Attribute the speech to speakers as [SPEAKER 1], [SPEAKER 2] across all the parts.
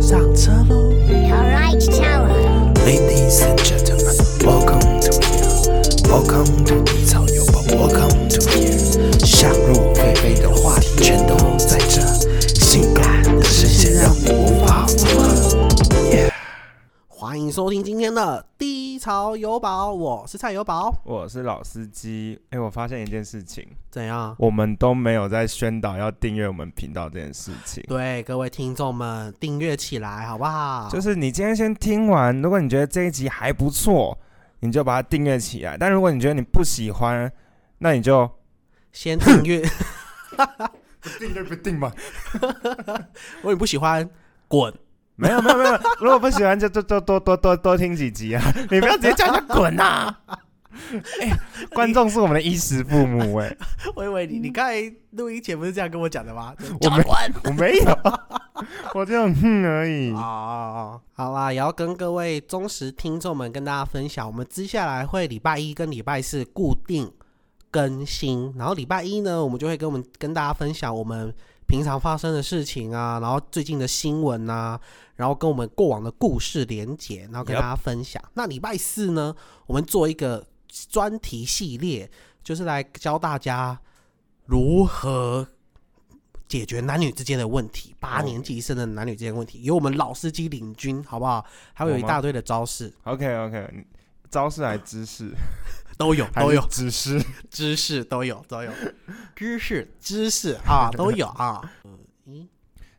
[SPEAKER 1] 上车喽
[SPEAKER 2] Alright, Tower.
[SPEAKER 1] ，Ladies and gentlemen, welcome to here, welcome to 低潮有宝，welcome to here。想入非非的话题全都在这，性感的声线让你无法负荷。Yeah 欢迎收听今天的低潮有宝，我是蔡有宝。
[SPEAKER 3] 我是老司机。哎、我发现一件事情，
[SPEAKER 1] 怎样？
[SPEAKER 3] 我们都没有在宣导要订阅我们频道这件事情。
[SPEAKER 1] 对啊各位听众们，订阅起来好不好？
[SPEAKER 3] 就是你今天先听完，如果你觉得这一集还不错，你就把它订阅起来。但如果你觉得你不喜欢，那你就
[SPEAKER 1] 先订阅，
[SPEAKER 3] 订就不订吧。
[SPEAKER 1] 如果你不喜欢，滚。
[SPEAKER 3] 没有没有没有，如果不喜欢就就就多多多多听几集啊！你不要直接叫人家滚啊！哎、观众是我们的衣食父母哎、
[SPEAKER 1] 我以为你，你刚才录音前不是这样跟我讲的 吗？
[SPEAKER 3] 我没我没有，我就哼而已。
[SPEAKER 1] 哦，好啦，也要跟各位忠实听众们跟大家分享，我们接下来会礼拜一跟礼拜四固定更新，然后礼拜一呢，我们就会跟我们跟大家分享我们平常发生的事情啊，然后最近的新闻啊，然后跟我们过往的故事连结，然后跟
[SPEAKER 3] Yep
[SPEAKER 1] 大家分享。那礼拜四呢，我们做一个专题系列，就是来教大家如何解决男女之间的问题，八年级生的男女之间的问题，由我们老司机领军，好不好？还会有一
[SPEAKER 3] 好吗
[SPEAKER 1] 大堆的招式，
[SPEAKER 3] OK OK，你招式还知识，
[SPEAKER 1] 都有，都有，
[SPEAKER 3] 知识。
[SPEAKER 1] 知识都有，都有，知识，知识啊，都有啊。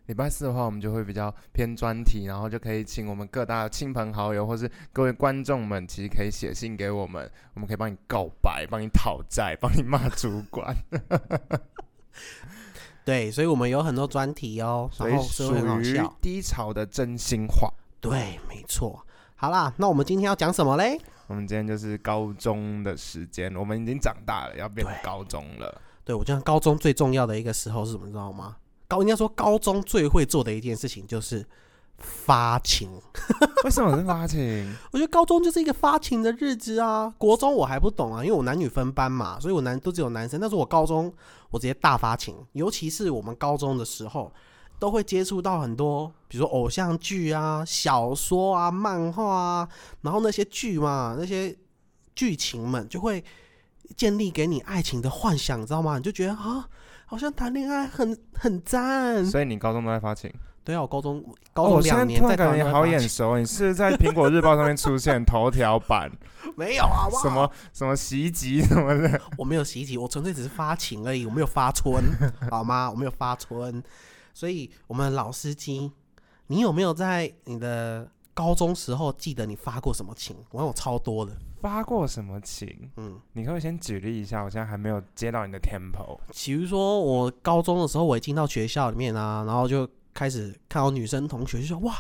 [SPEAKER 3] 礼拜四的话，我们就会比较偏专题，然后就可以请我们各大亲朋好友或是各位观众们，其实可以写信给我们，我们可以帮你告白，帮你讨债，帮你骂主 管，
[SPEAKER 1] 对，所以我们有很多专题哦，
[SPEAKER 3] 所
[SPEAKER 1] 然
[SPEAKER 3] 以
[SPEAKER 1] 后所以
[SPEAKER 3] 属
[SPEAKER 1] 会很好
[SPEAKER 3] 于
[SPEAKER 1] 笑。
[SPEAKER 3] 低潮的真心话。
[SPEAKER 1] 对，没错。好啦，那我们今天要讲什么嘞？
[SPEAKER 3] 我们今天就是高中的时间，我们已经长大了，要变
[SPEAKER 1] 对
[SPEAKER 3] 高中了。
[SPEAKER 1] 对我觉得高中最重要的一个时候是什么，你知道吗？高应该说高中最会做的一件事情就是发情。
[SPEAKER 3] 为什么是发 情？
[SPEAKER 1] 我觉得高中就是一个发情的日子啊。国中我还不懂啊，因为我男女分班嘛，所以我男都只有男生。但是我高中我直接大发情，尤其是我们高中的时候，都会接触到很多，比如说偶像剧啊、小说啊、漫画啊，然后那些剧嘛，那些剧情们就会建立给你爱情的幻想，你知道吗？你就觉得啊。好像谈恋爱很很赞，
[SPEAKER 3] 所以你高中都在发情？
[SPEAKER 1] 对啊，我高中
[SPEAKER 3] 哦，
[SPEAKER 1] 高中
[SPEAKER 3] 我现在
[SPEAKER 1] 两年
[SPEAKER 3] 突
[SPEAKER 1] 在
[SPEAKER 3] 然
[SPEAKER 1] 台
[SPEAKER 3] 感
[SPEAKER 1] 湾
[SPEAKER 3] 觉
[SPEAKER 1] 都
[SPEAKER 3] 好
[SPEAKER 1] 在
[SPEAKER 3] 眼
[SPEAKER 1] 发情
[SPEAKER 3] 熟，你是不是在苹果日报上面出现头条版，
[SPEAKER 1] 没有 啊，好不好
[SPEAKER 3] 什么什么袭击什么的。
[SPEAKER 1] 我没有袭击，我纯粹只是发情而已，我没有发春，好吗？我没有发春，所以我们老司机，你有没有在你的高中时候记得你发过什么情？我有超多的，
[SPEAKER 3] 发过什么情？
[SPEAKER 1] 嗯，
[SPEAKER 3] 你可不可以先举例一下？我现在还没有接到你的 tempo。
[SPEAKER 1] 比如说我高中的时候，我一进到学校里面啊，然后就开始看到女生同学，就说哇，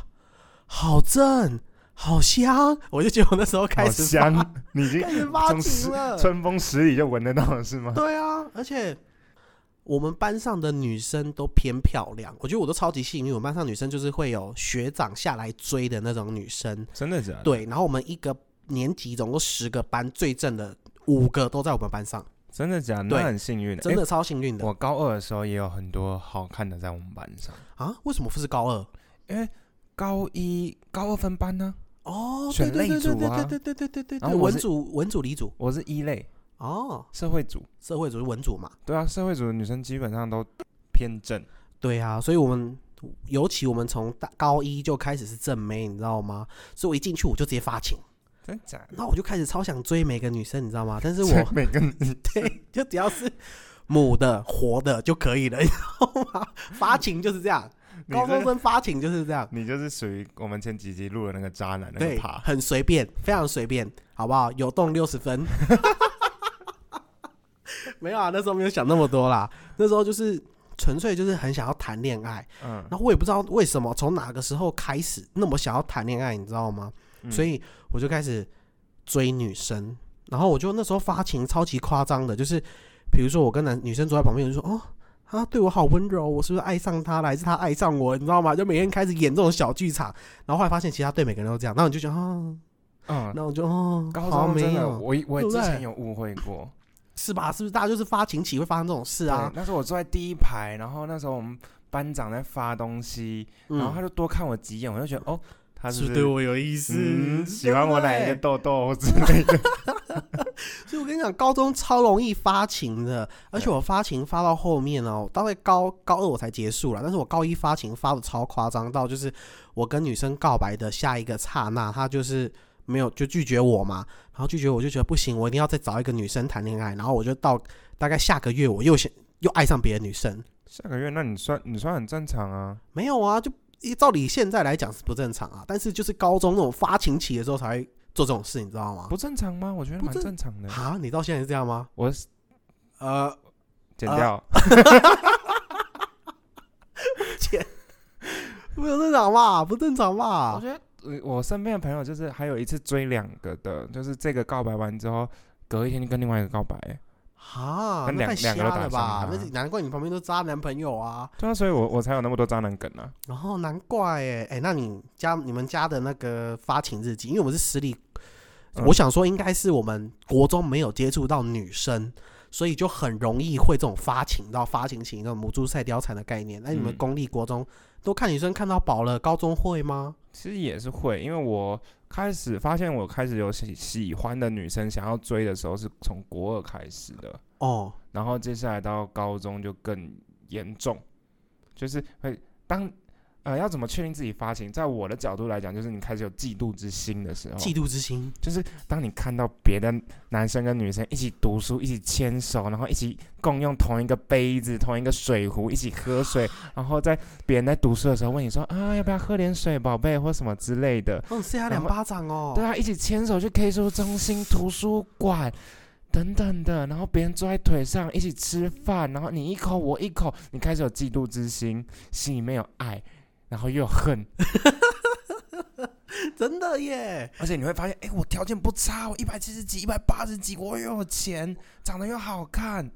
[SPEAKER 1] 好正，好香，我就觉得我那时候 开
[SPEAKER 3] 好
[SPEAKER 1] 始发
[SPEAKER 3] 香， 你已经
[SPEAKER 1] 开始发
[SPEAKER 3] 从
[SPEAKER 1] 情
[SPEAKER 3] 十
[SPEAKER 1] 了，
[SPEAKER 3] 春风十里就闻得到了是吗？
[SPEAKER 1] 对啊，而且我们班上的女生都偏漂亮，我觉得我都超级吸引力。我们班上女生就是会有学长下来追的那种女生，
[SPEAKER 3] 真的假的？，
[SPEAKER 1] 对。然后我们一个年级总共十个班，最正的五个都在我们班上，
[SPEAKER 3] 真的假的？
[SPEAKER 1] 对
[SPEAKER 3] 那很幸运欸
[SPEAKER 1] 真的
[SPEAKER 3] 诶
[SPEAKER 1] 超幸运的、
[SPEAKER 3] 我高二的时候也有很多好看的在我们班上，
[SPEAKER 1] 啊！为什么不是高二？
[SPEAKER 3] 因为高一高二分班呢，
[SPEAKER 1] 哦，对
[SPEAKER 3] 选
[SPEAKER 1] 对对
[SPEAKER 3] 类
[SPEAKER 1] 对
[SPEAKER 3] 组啊
[SPEAKER 1] 对对对对对对
[SPEAKER 3] 然
[SPEAKER 1] 对，
[SPEAKER 3] 后我
[SPEAKER 1] 文
[SPEAKER 3] 是
[SPEAKER 1] 组文组理组
[SPEAKER 3] 我是一类
[SPEAKER 1] 哦，
[SPEAKER 3] 社会组，
[SPEAKER 1] 社会组是文组嘛？
[SPEAKER 3] 对啊，社会组的女生基本上都偏正，
[SPEAKER 1] 对啊，所以我们尤其我们从大高一就开始是正妹，你知道吗？所以我一进去我就直接发情。
[SPEAKER 3] 真假的？
[SPEAKER 1] 那我就开始超想追每个女生，你知道吗？但是
[SPEAKER 3] 所以
[SPEAKER 1] 我
[SPEAKER 3] 每个女
[SPEAKER 1] 对，就只要是母的、活的就可以了，你知道吗？ 发情就是这样，
[SPEAKER 3] 你
[SPEAKER 1] 高中
[SPEAKER 3] 这
[SPEAKER 1] 生发情就是这样，
[SPEAKER 3] 你就是属于我们前几集录的那个渣男那
[SPEAKER 1] 对
[SPEAKER 3] 个趴，，
[SPEAKER 1] 很随便，非常随便，好不好？有动六十分。 没有啊，那时候没有想那么多啦，那时候就是纯粹就是很想要谈恋爱，
[SPEAKER 3] 嗯，
[SPEAKER 1] 然后我也不知道为什么，从哪个时候开始那么想要谈恋爱，你知道吗？
[SPEAKER 3] 嗯
[SPEAKER 1] 所以我就开始追女生，然后我就那时候发情超级夸张的，就是比如说我跟男女生坐在旁边，我就说哦。她对我好温柔，我是不是爱上她了？还是她爱上我？你知道吗？就每天开始演这种小剧场，然后后来发现其实他对每个人都这样，然后你就觉得哦，
[SPEAKER 3] 嗯，
[SPEAKER 1] 那我就哦，
[SPEAKER 3] 高
[SPEAKER 1] 好
[SPEAKER 3] 中
[SPEAKER 1] 没
[SPEAKER 3] 真的，
[SPEAKER 1] 有
[SPEAKER 3] 我以我
[SPEAKER 1] 对不
[SPEAKER 3] 之
[SPEAKER 1] 对
[SPEAKER 3] 前有误会过，
[SPEAKER 1] 是吧？是不是大家就是发情期会发生这种事
[SPEAKER 3] 对
[SPEAKER 1] 啊？
[SPEAKER 3] 那时候我坐在第一排，然后那时候我们班长在发东西，
[SPEAKER 1] 嗯
[SPEAKER 3] 然后他就多看我几眼，我就觉得哦，他
[SPEAKER 1] 是不
[SPEAKER 3] 是
[SPEAKER 1] 是对我有意思？
[SPEAKER 3] 嗯喜
[SPEAKER 1] 对
[SPEAKER 3] 欢
[SPEAKER 1] 不
[SPEAKER 3] 我哪一个
[SPEAKER 1] 对
[SPEAKER 3] 痘痘之类的。
[SPEAKER 1] 所以我跟你讲，高中超容易发情的，而且我发情发到后面哦，大概高高二我才结束了，但是我高一发情发的超夸张到，就是我跟女生告白的下一个刹那，她就是没有就拒绝我嘛，然后拒绝我就觉得不行，我一定要再找一个女生谈恋爱，然后我就到大概下个月我又想又爱上别的女生，
[SPEAKER 3] 下个月，那你算你算很正常啊。
[SPEAKER 1] 没有啊，就依照理现在来讲是不正常啊，但是就是高中那种发情期的时候才会做这种事，你知道吗？
[SPEAKER 3] 不正常吗？我觉得
[SPEAKER 1] 不
[SPEAKER 3] 蛮
[SPEAKER 1] 正
[SPEAKER 3] 正常的。
[SPEAKER 1] 啊，你到现在是这样吗？
[SPEAKER 3] 我
[SPEAKER 1] 呃，
[SPEAKER 3] 剪
[SPEAKER 1] 啊
[SPEAKER 3] 掉，
[SPEAKER 1] 不正常吧？不正常吧？
[SPEAKER 3] 我觉得呃我身边的朋友就是还有一次追两个的，就是这个告白完之后，隔一天就跟另外一个告白。
[SPEAKER 1] 哈，啊
[SPEAKER 3] 跟
[SPEAKER 1] 那
[SPEAKER 3] 两
[SPEAKER 1] 太瞎
[SPEAKER 3] 两个都打
[SPEAKER 1] 了吧？
[SPEAKER 3] 伤
[SPEAKER 1] 那
[SPEAKER 3] 啊
[SPEAKER 1] 是难怪你旁边都渣男朋友啊，
[SPEAKER 3] 对啊，所以我我才有那么多渣男梗啊。
[SPEAKER 1] 然后难怪哎、哎、那你家你们家的那个发情日记，因为我们是私立，
[SPEAKER 3] 嗯
[SPEAKER 1] 我想说应该是我们国中没有接触到女生，所以就很容易会这种发情到发情型那种母猪赛貂蝉的概念。那你们
[SPEAKER 3] 嗯
[SPEAKER 1] 公立国中都看女生看到饱了，高中会吗？
[SPEAKER 3] 其实也是会，因为我开始发现我开始有喜喜欢的女生想要追的时候，是从国二开始的，
[SPEAKER 1] 哦，
[SPEAKER 3] 然后接下来到高中就更严重，就是会当呃要怎么确定自己发情？在我的角度来讲，就是你开始有嫉妒之心的时候，
[SPEAKER 1] 嫉妒之心，
[SPEAKER 3] 就是当你看到别的男生跟女生一起读书、一起牵手，然后一起共用同一个杯子、同一个水壶，一起喝水，然后在别人在读书的时候问你说啊，要不要喝点水，宝贝，或什么之类的，
[SPEAKER 1] 嗯，塞他两巴掌哦。
[SPEAKER 3] 对啊，一起牵手去 K 书中心、图书馆等等的，然后别人坐在腿上一起吃饭，然后你一口我一口，你开始有嫉妒之心，心里面有爱，然后又有恨，
[SPEAKER 1] 真的耶，
[SPEAKER 3] 而且你会发现，哎、我条件不差，我一百七十几、一百八十几，我又有钱，长得又好看，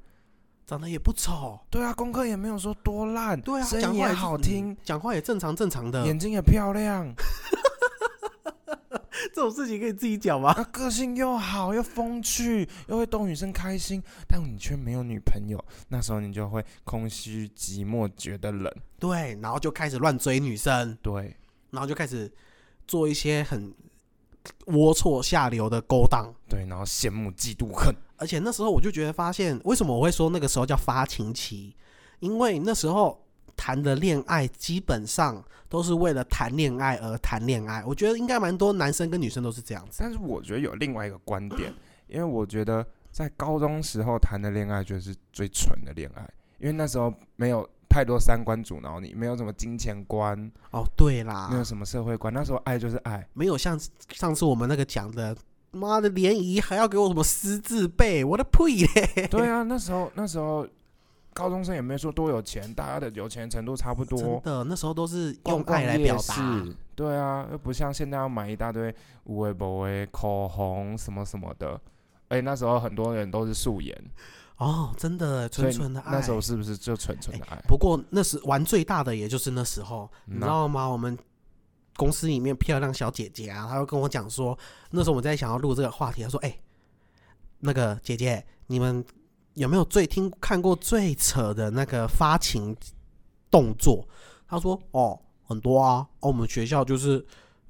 [SPEAKER 1] 长得也不丑，
[SPEAKER 3] 对啊，功课也没有说多烂，
[SPEAKER 1] 对啊，
[SPEAKER 3] 声
[SPEAKER 1] 讲
[SPEAKER 3] 音
[SPEAKER 1] 话
[SPEAKER 3] 也嗯
[SPEAKER 1] 也
[SPEAKER 3] 好
[SPEAKER 1] 嗯
[SPEAKER 3] 听，
[SPEAKER 1] 讲话也正常正常的，
[SPEAKER 3] 眼睛也漂亮，
[SPEAKER 1] 这种事情可以自己讲吗？
[SPEAKER 3] 啊，个性又好，又风趣，又会逗女生开心，但你却没有女朋友，那时候你就会空虚、寂寞，觉得冷。
[SPEAKER 1] 对，然后就开始乱追女生，
[SPEAKER 3] 对，
[SPEAKER 1] 然后就开始做一些很龌龊下流的勾当。
[SPEAKER 3] 对，然后羡慕、嫉妒、恨，
[SPEAKER 1] 而且那时候我就觉得发现，为什么我会说那个时候叫发情期？因为那时候谈的恋爱基本上都是为了谈恋爱而谈恋爱。我觉得应该蛮多男生跟女生都是这样子。
[SPEAKER 3] 但是我觉得有另外一个观点，因为我觉得在高中时候谈的恋爱就是最纯的恋爱，因为那时候没有太多三观阻挠你，没有什么金钱观，
[SPEAKER 1] 哦，对
[SPEAKER 3] 没有
[SPEAKER 1] 啦，
[SPEAKER 3] 什么社会观，那时候爱就是爱。
[SPEAKER 1] 没有像上次我们那个讲的，妈的联谊还要给我什么私字辈，我的呸嘞！
[SPEAKER 3] 对啊，那时候那时候高中生也没说多有钱，大家的有钱程度差不
[SPEAKER 1] 真
[SPEAKER 3] 多，
[SPEAKER 1] 的，那时候都是用
[SPEAKER 3] 逛逛
[SPEAKER 1] 爱来
[SPEAKER 3] 夜
[SPEAKER 1] 表
[SPEAKER 3] 市
[SPEAKER 1] 达。。
[SPEAKER 3] 对啊，又不像现在要买一大堆无为不为口红什么什么的，而且那时候很多人都是素颜，
[SPEAKER 1] 哦，真的，
[SPEAKER 3] 所
[SPEAKER 1] 纯
[SPEAKER 3] 以
[SPEAKER 1] 纯的爱。哎
[SPEAKER 3] 那时候是不是就纯纯的爱？
[SPEAKER 1] 不过那时玩最大的也就是那时候，
[SPEAKER 3] 嗯
[SPEAKER 1] 你知道吗？我们公司里面漂亮小姐姐啊，她就跟我讲说，那时候我在想要录这个话题，她说：“哎、那个姐姐，你们有没有最听看过最扯的那个发情动作？”她说：“哦，很多啊，哦，我们学校就是，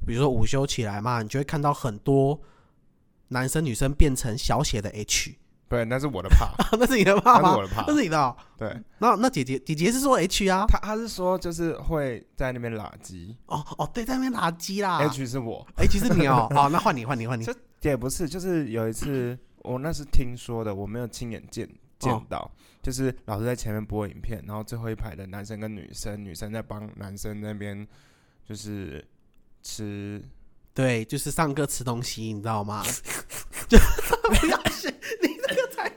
[SPEAKER 1] 比如说午休起来嘛，你就会看到很多男生女生变成小写的 H
[SPEAKER 3] 不是，那是我的怕，
[SPEAKER 1] 啊，那是你的爸
[SPEAKER 3] 那是
[SPEAKER 1] 爸
[SPEAKER 3] 我，的怕
[SPEAKER 1] 那。是你的哦、
[SPEAKER 3] 对
[SPEAKER 1] 那那姐姐姐姐是说 H 啊，
[SPEAKER 3] 他，他是说就是会在那边拉鸡
[SPEAKER 1] 哦哦，对，在那边垃圾啦。
[SPEAKER 3] ，H 是我，
[SPEAKER 1] H 是你哦，好，那换你换你换你
[SPEAKER 3] 这。也不是，就是有一次我那是听说的，我没有亲眼见
[SPEAKER 1] 哦
[SPEAKER 3] 见到，就是老师在前面播影片，然后最后一排的男生跟女生，女生在帮男生那边就是吃
[SPEAKER 1] 对，就是上课吃东西，你知道 吗？就不要学你这个才，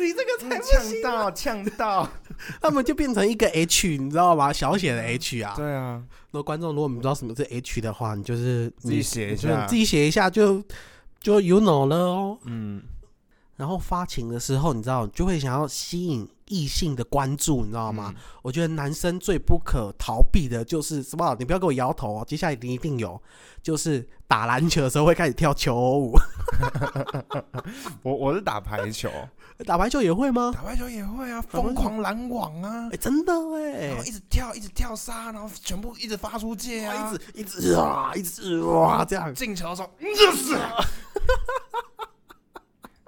[SPEAKER 1] 你这个 才不
[SPEAKER 3] 嗯呛到呛到，
[SPEAKER 1] 他们就变成一个 H，你知道吗？小写的 H 啊。
[SPEAKER 3] 对 啊，
[SPEAKER 1] 如果观众如果你不知道什么是 H 的话，你就是
[SPEAKER 3] 自己写一
[SPEAKER 1] 你就
[SPEAKER 3] 下
[SPEAKER 1] 自，己写一下就就 you know 了哦。
[SPEAKER 3] 嗯，
[SPEAKER 1] 然后发情的时候，你知道，你就会想要吸引异性的关注，你知道吗？
[SPEAKER 3] 嗯
[SPEAKER 1] 我觉得男生最不可逃避的就是什么？你不要给我摇头哦，接下来你一定有，就是打篮球的时候会开始跳求偶舞，
[SPEAKER 3] 嗯我我是打排球，
[SPEAKER 1] 打排球也会吗？
[SPEAKER 3] 打排球也会啊，
[SPEAKER 1] 排球
[SPEAKER 3] 疯狂拦网啊
[SPEAKER 1] 哎、，真的
[SPEAKER 3] 然
[SPEAKER 1] 哎
[SPEAKER 3] 后，一直跳，一直跳杀，然后全部一直发出界啊，
[SPEAKER 1] 一直一直啊，一直啊，这样
[SPEAKER 3] 进球的时候，嗯就是啊。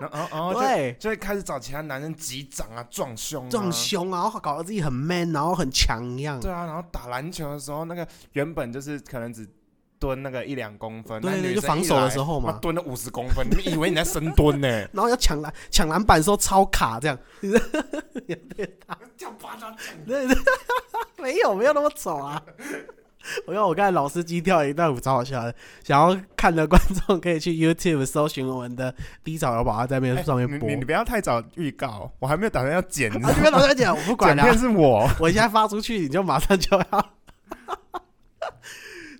[SPEAKER 3] 然后，然后然后就
[SPEAKER 1] 对
[SPEAKER 3] 就会开始找其他男人击掌啊、撞胸、啊、
[SPEAKER 1] 撞胸啊，然后搞得自己很 man，然后很强一样。
[SPEAKER 3] 对啊，然后打篮球的时候，那个原本就是可能只蹲那个一两公分，
[SPEAKER 1] 对
[SPEAKER 3] 那
[SPEAKER 1] 对
[SPEAKER 3] 女
[SPEAKER 1] 就
[SPEAKER 3] 生
[SPEAKER 1] 防
[SPEAKER 3] 一
[SPEAKER 1] 守的
[SPEAKER 3] 来
[SPEAKER 1] 时候嘛
[SPEAKER 3] 妈蹲了五十公分，你们以为你在深蹲呢、
[SPEAKER 1] 然后要抢篮抢篮板的时候超卡，这样
[SPEAKER 3] 叫巴掌
[SPEAKER 1] 没有没有那么丑啊。 我看我刚才老司机跳了一段舞，超好笑的。想要看的观众可以去 YouTube 搜寻我们的低潮摇宝，它在那边上面
[SPEAKER 3] 你
[SPEAKER 1] 播。
[SPEAKER 3] 哎你你不要太早预告，我还没有打算要剪，你知
[SPEAKER 1] 啊，这
[SPEAKER 3] 道
[SPEAKER 1] 边老师讲， 我不
[SPEAKER 3] 剪
[SPEAKER 1] 管啊了、
[SPEAKER 3] 片是我。
[SPEAKER 1] 我现在发出去，你就马上就要。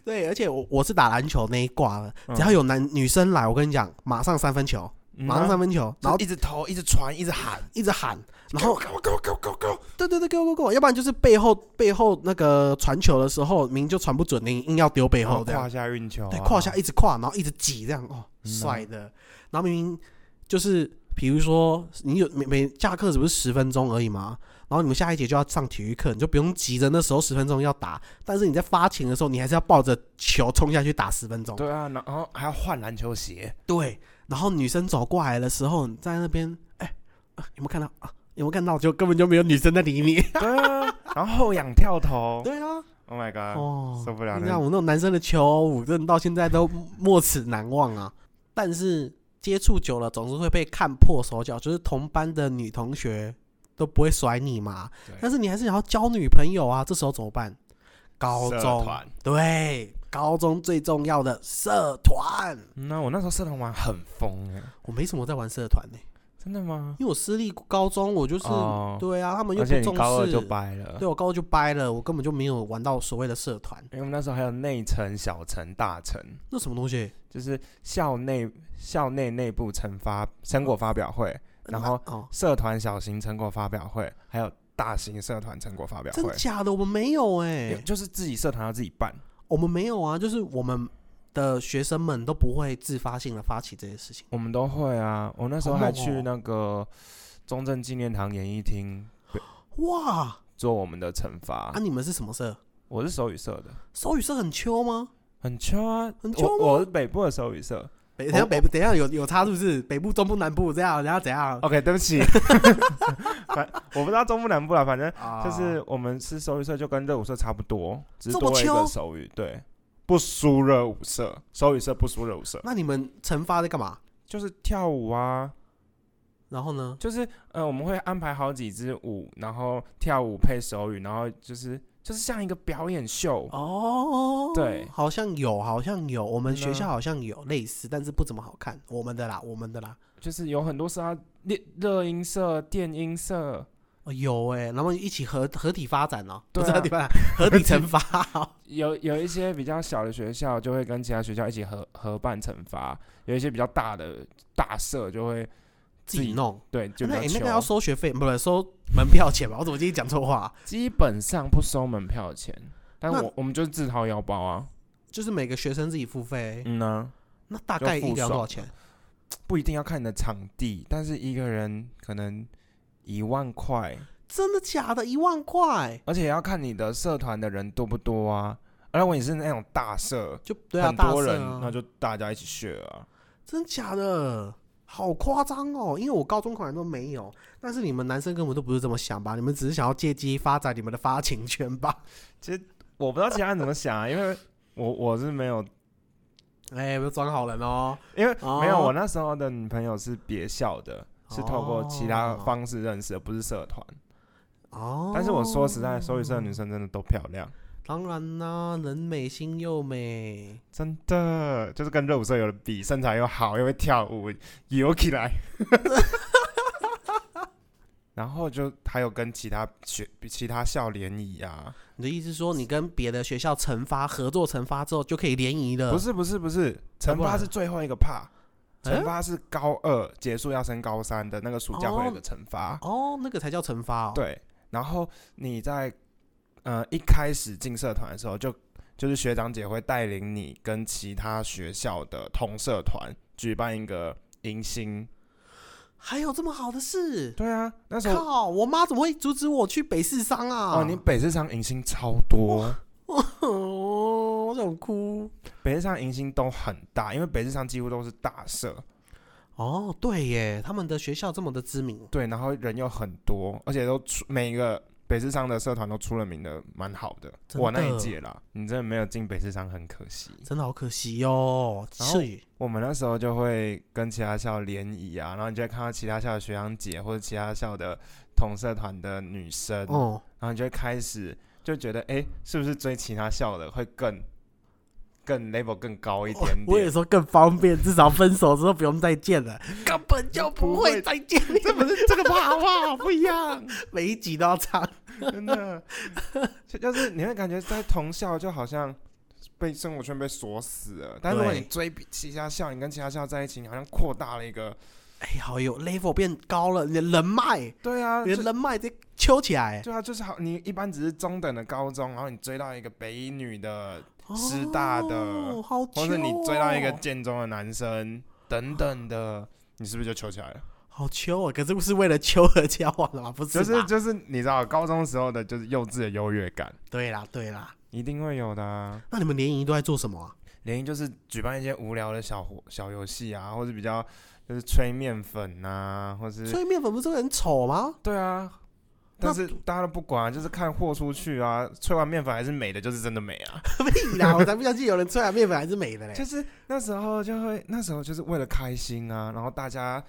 [SPEAKER 1] 对，而且我我是打篮球那一挂的，
[SPEAKER 3] 嗯
[SPEAKER 1] 只要有男女生来，我跟你讲，马上三分球，马上三分球，然
[SPEAKER 3] 然后
[SPEAKER 1] 后
[SPEAKER 3] 嗯一直投，一直传，一直喊，
[SPEAKER 1] 一直喊，然
[SPEAKER 3] 然后
[SPEAKER 1] 后
[SPEAKER 3] 给我给我给我给我给我，
[SPEAKER 1] 对对对，给我给我给我，要不然就是背后背后那个传球的时候，明明就传不准，你硬要丢背
[SPEAKER 3] 然后
[SPEAKER 1] 后这样
[SPEAKER 3] 胯，下运球啊，
[SPEAKER 1] 对，胯下一直胯，然后一直挤这样，哦，
[SPEAKER 3] 嗯啊
[SPEAKER 1] 帅的。然后明明就是，比如说你有每每下课只不是十分钟而已嘛，然后你们下一节就要上体育课，你就不用急着那时候十分钟要打，但是你在发情的时候，你还是要抱着球冲下去打十分钟。
[SPEAKER 3] 对啊，然后还要换篮 球鞋，
[SPEAKER 1] 对，然后女生走过来的时候，你在那边，哎、啊有没有看到啊？有没有看到？就根本就没有女生在理你。
[SPEAKER 3] 对啊，然后后仰跳投
[SPEAKER 1] 对啊，
[SPEAKER 3] ，Oh my god，
[SPEAKER 1] 哦，
[SPEAKER 3] 受不了
[SPEAKER 1] 你
[SPEAKER 3] 了
[SPEAKER 1] 看我那种男生的求偶舞，真的到现在都莫齿难忘啊。但是接触久了，总是会被看破手脚，就是同班的女同学都不会甩你嘛
[SPEAKER 3] 对。
[SPEAKER 1] 但是你还是想要交女朋友啊，这时候怎么办？高
[SPEAKER 3] 社
[SPEAKER 1] 中
[SPEAKER 3] 团
[SPEAKER 1] 对，高中最重要的社团，
[SPEAKER 3] 那我那时候社团玩很疯哎，
[SPEAKER 1] 我没什么在玩社团呢、
[SPEAKER 3] 真的吗？
[SPEAKER 1] 因为我私立高中，我就是、
[SPEAKER 3] 哦
[SPEAKER 1] 对啊，他们又
[SPEAKER 3] 而
[SPEAKER 1] 不
[SPEAKER 3] 且
[SPEAKER 1] 重
[SPEAKER 3] 你
[SPEAKER 1] 视，
[SPEAKER 3] 高二就掰了，
[SPEAKER 1] 对我高中就掰了，我根本就没有玩到所谓的社团，
[SPEAKER 3] 因为我们那时候还有内层、小层、大层，
[SPEAKER 1] 那什么东西？
[SPEAKER 3] 就是校内校内内部成发成果发表会，然后
[SPEAKER 1] 哦，
[SPEAKER 3] 社团小型成果发表会，还有大型社团成果发表
[SPEAKER 1] 真
[SPEAKER 3] 会，
[SPEAKER 1] 假的？我们没有哎、
[SPEAKER 3] 有就是自己社团要自己办。
[SPEAKER 1] 我们没有啊，就是我们的学生们都不会自发性的发起这些事情。
[SPEAKER 3] 我们都会啊，我那时候
[SPEAKER 1] 好猛
[SPEAKER 3] 还
[SPEAKER 1] 哦
[SPEAKER 3] 去那个中正纪念堂演艺厅
[SPEAKER 1] 哇，
[SPEAKER 3] 做我们的惩罚
[SPEAKER 1] 啊，。你们是什么社？
[SPEAKER 3] 我是手语社的，
[SPEAKER 1] 手语社很秋吗？
[SPEAKER 3] 很秋啊，
[SPEAKER 1] 很秋哦
[SPEAKER 3] 我我是北部的手语社。
[SPEAKER 1] 北等一下北部等一下有有差是不是？北部、中部、南部这样，然后怎样？
[SPEAKER 3] OK，对不起， 反我不知道中部南部啦，反正
[SPEAKER 1] 啊
[SPEAKER 3] 就是我们是手语社，就跟热舞社差不多，只是
[SPEAKER 1] 这么
[SPEAKER 3] 多了一
[SPEAKER 1] 秋
[SPEAKER 3] 个手语，对，不输热舞社，手语社不输热舞社，
[SPEAKER 1] 那你们惩罚在干嘛？
[SPEAKER 3] 就是跳舞啊，
[SPEAKER 1] 然后呢？
[SPEAKER 3] 就是呃，我们会安排好几支舞，然后跳舞配手语，然后就是就是像一个表演秀，
[SPEAKER 1] 哦，
[SPEAKER 3] 对
[SPEAKER 1] 好像有，好像有，我们
[SPEAKER 3] 嗯啊
[SPEAKER 1] 学校好像有类似，但是不怎么好看。我们的啦，我们的啦，
[SPEAKER 3] 就是有很多是要热热音社、电音社，
[SPEAKER 1] 哦、有哎、然后一起合合体发展哦，
[SPEAKER 3] 对
[SPEAKER 1] 不是合
[SPEAKER 3] 啊
[SPEAKER 1] 体发展，合体惩罚 哦。
[SPEAKER 3] 有有一些比较小的学校就会跟其他学校一起合合办惩罚，有一些比较大的大社就会
[SPEAKER 1] 自己弄，
[SPEAKER 3] 对就比
[SPEAKER 1] 那、
[SPEAKER 3] 较
[SPEAKER 1] 欸、
[SPEAKER 3] 穷、
[SPEAKER 1] 那个要收学费，不是收门票钱吧？我怎么今天讲错话？
[SPEAKER 3] 基本上不收门票钱，但
[SPEAKER 1] 那
[SPEAKER 3] 我我们就是自掏腰包啊，
[SPEAKER 1] 就是每个学生自己付费，
[SPEAKER 3] 嗯呢、
[SPEAKER 1] 那大概一个要多少
[SPEAKER 3] 就
[SPEAKER 1] 钱？
[SPEAKER 3] 不一定要看你的场地，但是一个人可能一万块。
[SPEAKER 1] 真的假的？一万块？
[SPEAKER 3] 而且也要看你的社团的人多不多啊。而如果你是那种大社，
[SPEAKER 1] 就对啊，
[SPEAKER 3] 很
[SPEAKER 1] 大
[SPEAKER 3] 多
[SPEAKER 1] 社
[SPEAKER 3] 人，
[SPEAKER 1] 啊
[SPEAKER 3] 那就大家一起 share 啊。
[SPEAKER 1] 真假的，好夸张哦！因为我高中可能都没有，但是你们男生根本都不是这么想吧？你们只是想要借机发展你们的发情权吧？
[SPEAKER 3] 我不知道其他人怎么想啊，因为我我是没有，
[SPEAKER 1] 哎、不要装好人哦。
[SPEAKER 3] 因为
[SPEAKER 1] 哦
[SPEAKER 3] 没有我那时候的女朋友是别校的，是透过其他
[SPEAKER 1] 哦
[SPEAKER 3] 方式认识的，不是社团。
[SPEAKER 1] 哦，
[SPEAKER 3] 但是我说实在，手语社的女生真的都漂亮，
[SPEAKER 1] 当然啦、人美心又美，
[SPEAKER 3] 真的就是跟热舞社有的比，身材又好，又会跳舞，游 起来。然后就还有跟其他学其他校联谊啊，
[SPEAKER 1] 你的意思是说你跟别的学校惩罚合作惩罚之后就可以联谊了？
[SPEAKER 3] 嗯不是不是不是，惩嗯
[SPEAKER 1] 不
[SPEAKER 3] 罚
[SPEAKER 1] 然
[SPEAKER 3] 是最后一个怕，
[SPEAKER 1] 哎
[SPEAKER 3] 惩罚是高二结束要升高三的那个暑假会有的惩罚。
[SPEAKER 1] 哦，那个才叫惩罚哦。，
[SPEAKER 3] 对，然后你在呃一开始进社团的时候就，就是学长姐会带领你跟其他学校的同社团举办一个迎新。
[SPEAKER 1] 还有这么好的事？
[SPEAKER 3] 对啊，那时候
[SPEAKER 1] 靠！我妈怎么会阻止我去北市商啊？
[SPEAKER 3] 哦，你北市上迎新超多，
[SPEAKER 1] 哦， 我想哭。
[SPEAKER 3] 北市上迎新都很大，因为北市上几乎都是大社，
[SPEAKER 1] 哦，对耶，他们的学校这么的知名，
[SPEAKER 3] 对，然后人又很多，而且都出每个北市上的社团都出了名的蛮好的。
[SPEAKER 1] 真
[SPEAKER 3] 我那一
[SPEAKER 1] 的
[SPEAKER 3] 届啦，你真的没有进北市上很可惜。
[SPEAKER 1] 真的好可惜哦。
[SPEAKER 3] 然后
[SPEAKER 1] 是，
[SPEAKER 3] 我们那时候就会跟其他校联谊啊，然后你就会看到其他校的学长姐或者其他校的同社团的女生，
[SPEAKER 1] 哦，
[SPEAKER 3] 然后你就会开始就觉得，哎、是不是追其他校的会更更 level 更高一点
[SPEAKER 1] 哦我也
[SPEAKER 3] 点？
[SPEAKER 1] 说更方便，至少分手之后不用再见了，根本就不会再见。
[SPEAKER 3] 这不是这个吧，好不好？不一样，
[SPEAKER 1] 每一集都要唱。
[SPEAKER 3] 真的，就就是你会感觉在同校就好像被生活圈被锁死了，但如果
[SPEAKER 1] 对
[SPEAKER 3] 你追比其他校，你跟其他校在一起，你好像扩大了一个，
[SPEAKER 1] 哎呀，好有 level 变高了，你的人脉，
[SPEAKER 3] 对啊，
[SPEAKER 1] 你
[SPEAKER 3] 就
[SPEAKER 1] 的人脉直接揪起来。
[SPEAKER 3] 对啊，就是好，你一般只是中等的高中，然后你追到一个北一女的，师大的
[SPEAKER 1] 哦、好揪、哦，
[SPEAKER 3] 或是你追到一个建中的男生等等的，你是不是就求起来了？
[SPEAKER 1] 好揪啊、可是不是为了揪而交往的嘛？ 不是
[SPEAKER 3] 就
[SPEAKER 1] 吧，
[SPEAKER 3] 是就是，你知道高中时候的就是幼稚的优越感，
[SPEAKER 1] 对啦对啦。
[SPEAKER 3] 一定会有的、啊。
[SPEAKER 1] 那你们联谊都在做什么啊？
[SPEAKER 3] 联谊就是举办一些无聊的小活小游戏啊，或是比较 就是吹面粉啊，或是
[SPEAKER 1] 所以面粉不是会很丑吗？
[SPEAKER 3] 对啊。但
[SPEAKER 1] 那
[SPEAKER 3] 是大家都不管啊、就是看货出去啊。吹完面粉还是美的，就是真的美啊。
[SPEAKER 1] 屁啦，我才不相信有人吹完面粉还是美的嘞
[SPEAKER 3] 就。是那时候就会，那时候就是为了开心啊，然后大家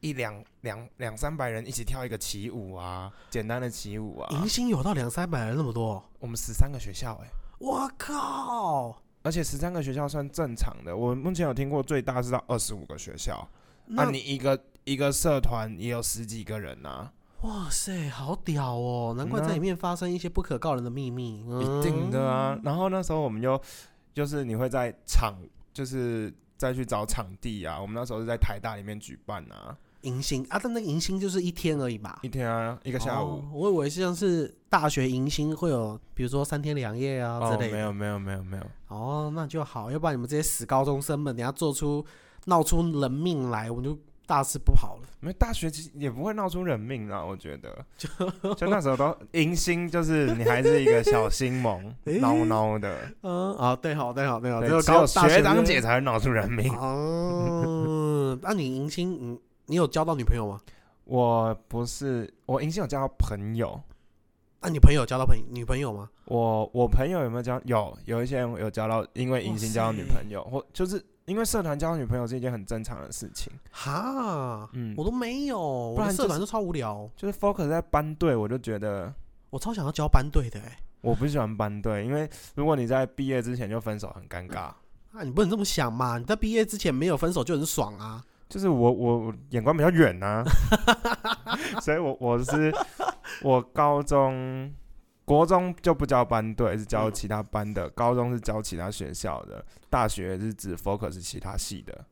[SPEAKER 3] 一两两两三百人一起跳一个起舞啊，简单的起舞啊
[SPEAKER 1] 迎。新有到两三百人那么多，
[SPEAKER 3] 我们十三个学校哎、
[SPEAKER 1] 我靠！
[SPEAKER 3] 而且十三个学校算正常的，我目前有听过最大是到二十五个学校。那、
[SPEAKER 1] 那、
[SPEAKER 3] 你一个一个社团也有十几个人啊，
[SPEAKER 1] 哇塞，好屌哦！难怪
[SPEAKER 3] 那
[SPEAKER 1] 在里面发生一些不可告人的秘密。嗯、
[SPEAKER 3] 嗯啊一定的啊。然后那时候我们就就是你会在场，就是再去找场地啊。我们那时候是在台大里面举办啊，
[SPEAKER 1] 迎新啊，但那个迎新就是一天而已吧？
[SPEAKER 3] 一天啊一个下午。
[SPEAKER 1] 哦我以为像是大学迎新会有，比如说三天两夜啊之类
[SPEAKER 3] 没
[SPEAKER 1] 的。
[SPEAKER 3] 有没有没有没有，
[SPEAKER 1] 哦那就好，要不然你们这些死高中生们，等下做出闹出人命来，我们就大事不好了。
[SPEAKER 3] 没有大学其实也不会闹出人命啦，我觉 得。就就那时候都迎新，就是你还是一个小新萌
[SPEAKER 1] 诶，
[SPEAKER 3] 孬孬的，
[SPEAKER 1] 嗯，啊，对好，对好，对好，
[SPEAKER 3] 对，
[SPEAKER 1] 有
[SPEAKER 3] 只
[SPEAKER 1] 高
[SPEAKER 3] 有
[SPEAKER 1] 大
[SPEAKER 3] 学长
[SPEAKER 1] 生
[SPEAKER 3] 姐才会闹出人命。
[SPEAKER 1] 哦，那、你迎新，嗯，你有交到女朋友吗？
[SPEAKER 3] 我不是，我迎新有交到朋友，
[SPEAKER 1] 那、啊你朋友交到朋女朋友吗？
[SPEAKER 3] 我我朋友有没有交？有，有一些人有交到，因为迎新交到女朋友，
[SPEAKER 1] 哦
[SPEAKER 3] 或就是因为社团交到女朋友是一件很正常的事情。
[SPEAKER 1] 哈，
[SPEAKER 3] 嗯
[SPEAKER 1] 我，都没有，哦我的
[SPEAKER 3] 然
[SPEAKER 1] 社
[SPEAKER 3] 就
[SPEAKER 1] 团都超无聊，
[SPEAKER 3] 就是 focus 在班队，我就觉得
[SPEAKER 1] 我超想要交班队的哎、
[SPEAKER 3] 我不喜欢班队，因为如果你在毕业之前就分手，很尴尬。
[SPEAKER 1] 啊，你不能这么想嘛！你在毕业之前没有分手就很爽啊！
[SPEAKER 3] 就是我我我眼光比较远呐、 所以我我是我高中、国中就不教班队，是教其他班的；高中是教其他学校的，大学是只 focus 其他系的。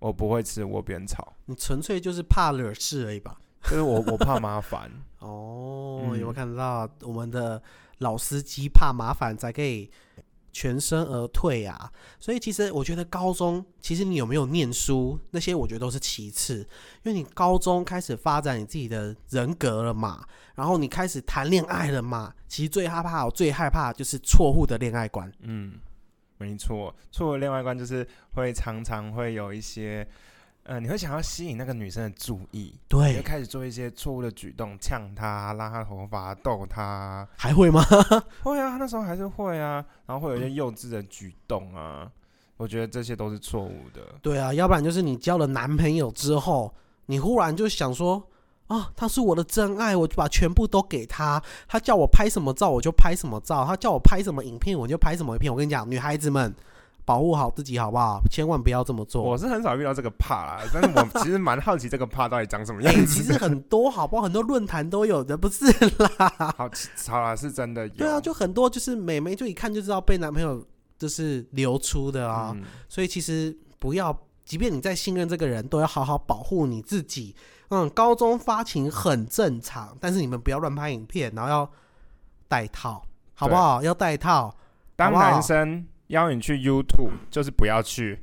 [SPEAKER 3] 我不会吃窝边草，
[SPEAKER 1] 你纯粹就是怕惹事而已吧？
[SPEAKER 3] 就是我我怕麻烦。
[SPEAKER 1] 哦，
[SPEAKER 3] 嗯
[SPEAKER 1] 有没有看到我们的老司机怕麻烦才可以全身而退啊？所以其实我觉得高中，其实你有没有念书那些，我觉得都是其次，因为你高中开始发展你自己的人格了嘛，然后你开始谈恋爱了嘛。其实最害怕，我最害怕就是错误的恋爱观。
[SPEAKER 3] 嗯，没错，错了。另外一关就是会常常会有一些，呃，你会想要吸引那个女生的注意，你会
[SPEAKER 1] 对，
[SPEAKER 3] 开始做一些错误的举动，呛她、拉她头发、逗她。
[SPEAKER 1] 还会吗？
[SPEAKER 3] 会啊，那时候还是会啊，然后会有一
[SPEAKER 1] 嗯
[SPEAKER 3] 些幼稚的举动啊，我觉得这些都是错误的。
[SPEAKER 1] 对啊，要不然就是你交了男朋友之后，你忽然就想说，啊，他是我的真爱，我就把全部都给他。他叫我拍什么照，我就拍什么照；他叫我拍什么影片，我就拍什么影片。我跟你讲，女孩子们，保护好自己好不好？千万不要这么做
[SPEAKER 3] 我。是很少遇到这个怕啦，但是我其实蛮好奇这个怕到底长什么
[SPEAKER 1] 哎、
[SPEAKER 3] 样子。
[SPEAKER 1] 其实很多好不好？很多论坛都有的，不是？
[SPEAKER 3] 好，好啦，是真的有。
[SPEAKER 1] 啊对啊，就很多就是美眉，就一看就知道被男朋友就是流出的啊。
[SPEAKER 3] 嗯
[SPEAKER 1] 所以其实不要即便你再信任这个人，都要好好保护你自己。嗯，高中发情很正常，但是你们不要乱拍影片，然后要戴套，好不好？要戴套。
[SPEAKER 3] 当
[SPEAKER 1] 好不好
[SPEAKER 3] 男生邀你去 YouTube，就是不要去，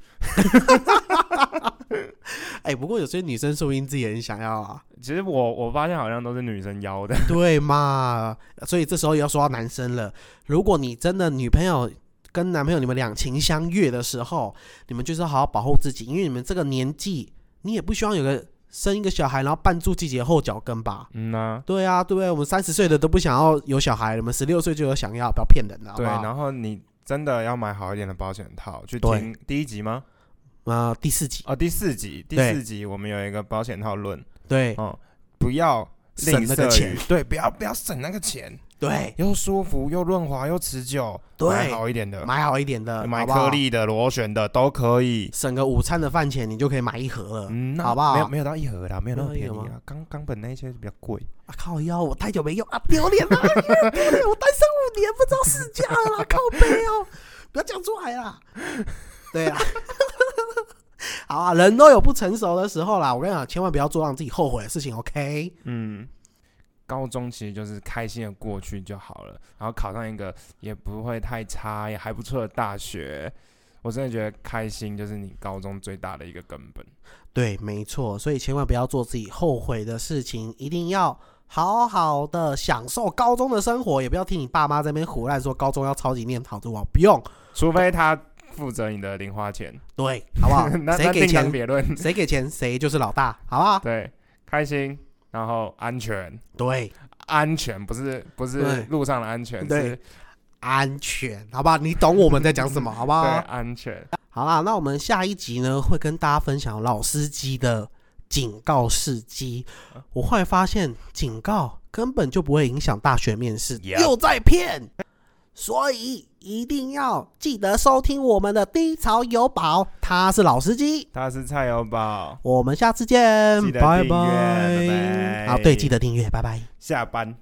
[SPEAKER 1] 哎、不过有些女生说不定自己也很想要啊，
[SPEAKER 3] 其实我我发现好像都是女生邀的，
[SPEAKER 1] 对嘛？所以这时候也要说到男生了。如果你真的女朋友跟男朋友你们两情相悦的时候，你们就是要好好保护自己，因为你们这个年纪，你也不希望有个生一个小孩，然后绊住自己的后脚跟吧。
[SPEAKER 3] 嗯呐、
[SPEAKER 1] 对啊，对不对？我们三十岁的都不想要有小孩，我们十六岁就有想要，不要骗人了，好不
[SPEAKER 3] 啊对，
[SPEAKER 1] 好？
[SPEAKER 3] 然后你真的要买好一点的保险套，去
[SPEAKER 1] 对
[SPEAKER 3] 听第一集吗？
[SPEAKER 1] 呃，第四集，
[SPEAKER 3] 哦，第四集，第
[SPEAKER 1] 对
[SPEAKER 3] 四集我们有一个保险套论，
[SPEAKER 1] 对，
[SPEAKER 3] 哦，不要吝
[SPEAKER 1] 省那个
[SPEAKER 3] 啬
[SPEAKER 1] 钱
[SPEAKER 3] 于，对，不要不要省那个钱，
[SPEAKER 1] 对，
[SPEAKER 3] 又舒服又润滑又持久，
[SPEAKER 1] 对
[SPEAKER 3] 买好一点的，
[SPEAKER 1] 买好一点的，
[SPEAKER 3] 买
[SPEAKER 1] 好不好
[SPEAKER 3] 颗，粒的、螺旋的都可以。
[SPEAKER 1] 省个午餐的饭钱，你就可以买一盒了。
[SPEAKER 3] 嗯，那
[SPEAKER 1] 呃好不好
[SPEAKER 3] 没有没有到一盒啦，没有那么
[SPEAKER 1] 没有
[SPEAKER 3] 便
[SPEAKER 1] 到一盒
[SPEAKER 3] 宜啦。冈冈本那些比较贵，
[SPEAKER 1] 啊靠腰，我太久没用啊，丢脸了，哎呀丢脸！我单身五年，不知道市价了 啦，靠背哦，不要讲出来啦。对啊， 好啊，人都有不成熟的时候啦，我跟你讲，千万不要做让自己后悔的事情，OK？
[SPEAKER 3] 嗯，高中其实就是开心的过去就好了，然后考上一个也不会太差也还不错的大学。我真的觉得开心就是你高中最大的一个根本。
[SPEAKER 1] 对，没错，所以千万不要做自己后悔的事情，一定要好好的享受高中的生活，也不要听你爸妈这边胡乱说高中要超级念好读好，不用，
[SPEAKER 3] 除非他负责你的零花钱，？
[SPEAKER 1] 对，好不好
[SPEAKER 3] 那
[SPEAKER 1] 谁
[SPEAKER 3] 那
[SPEAKER 1] 给
[SPEAKER 3] 另当
[SPEAKER 1] 钱，
[SPEAKER 3] 别论。
[SPEAKER 1] 谁给钱，谁就是老大，好不好？
[SPEAKER 3] 对，开心，然后安全，
[SPEAKER 1] 对。
[SPEAKER 3] 安全不是不是
[SPEAKER 1] 对
[SPEAKER 3] 路上的安全，
[SPEAKER 1] 对
[SPEAKER 3] 是
[SPEAKER 1] 安全，好吧？你懂我们在讲什么，好不
[SPEAKER 3] 对
[SPEAKER 1] 好？
[SPEAKER 3] 安全。
[SPEAKER 1] 好啦，那我们下一集呢会跟大家分享老司机的警告事迹。我后来发现，警告根本就不会影响大学面试
[SPEAKER 3] Yep
[SPEAKER 1] 又在骗，所以一定要记得收听我们的低潮有宝，他是老司机。
[SPEAKER 3] 他是蔡友哦宝，
[SPEAKER 1] 我们下次见
[SPEAKER 3] 记，得
[SPEAKER 1] 拜
[SPEAKER 3] 订阅拜拜
[SPEAKER 1] 好，对，记得订阅，拜拜。
[SPEAKER 3] 下班。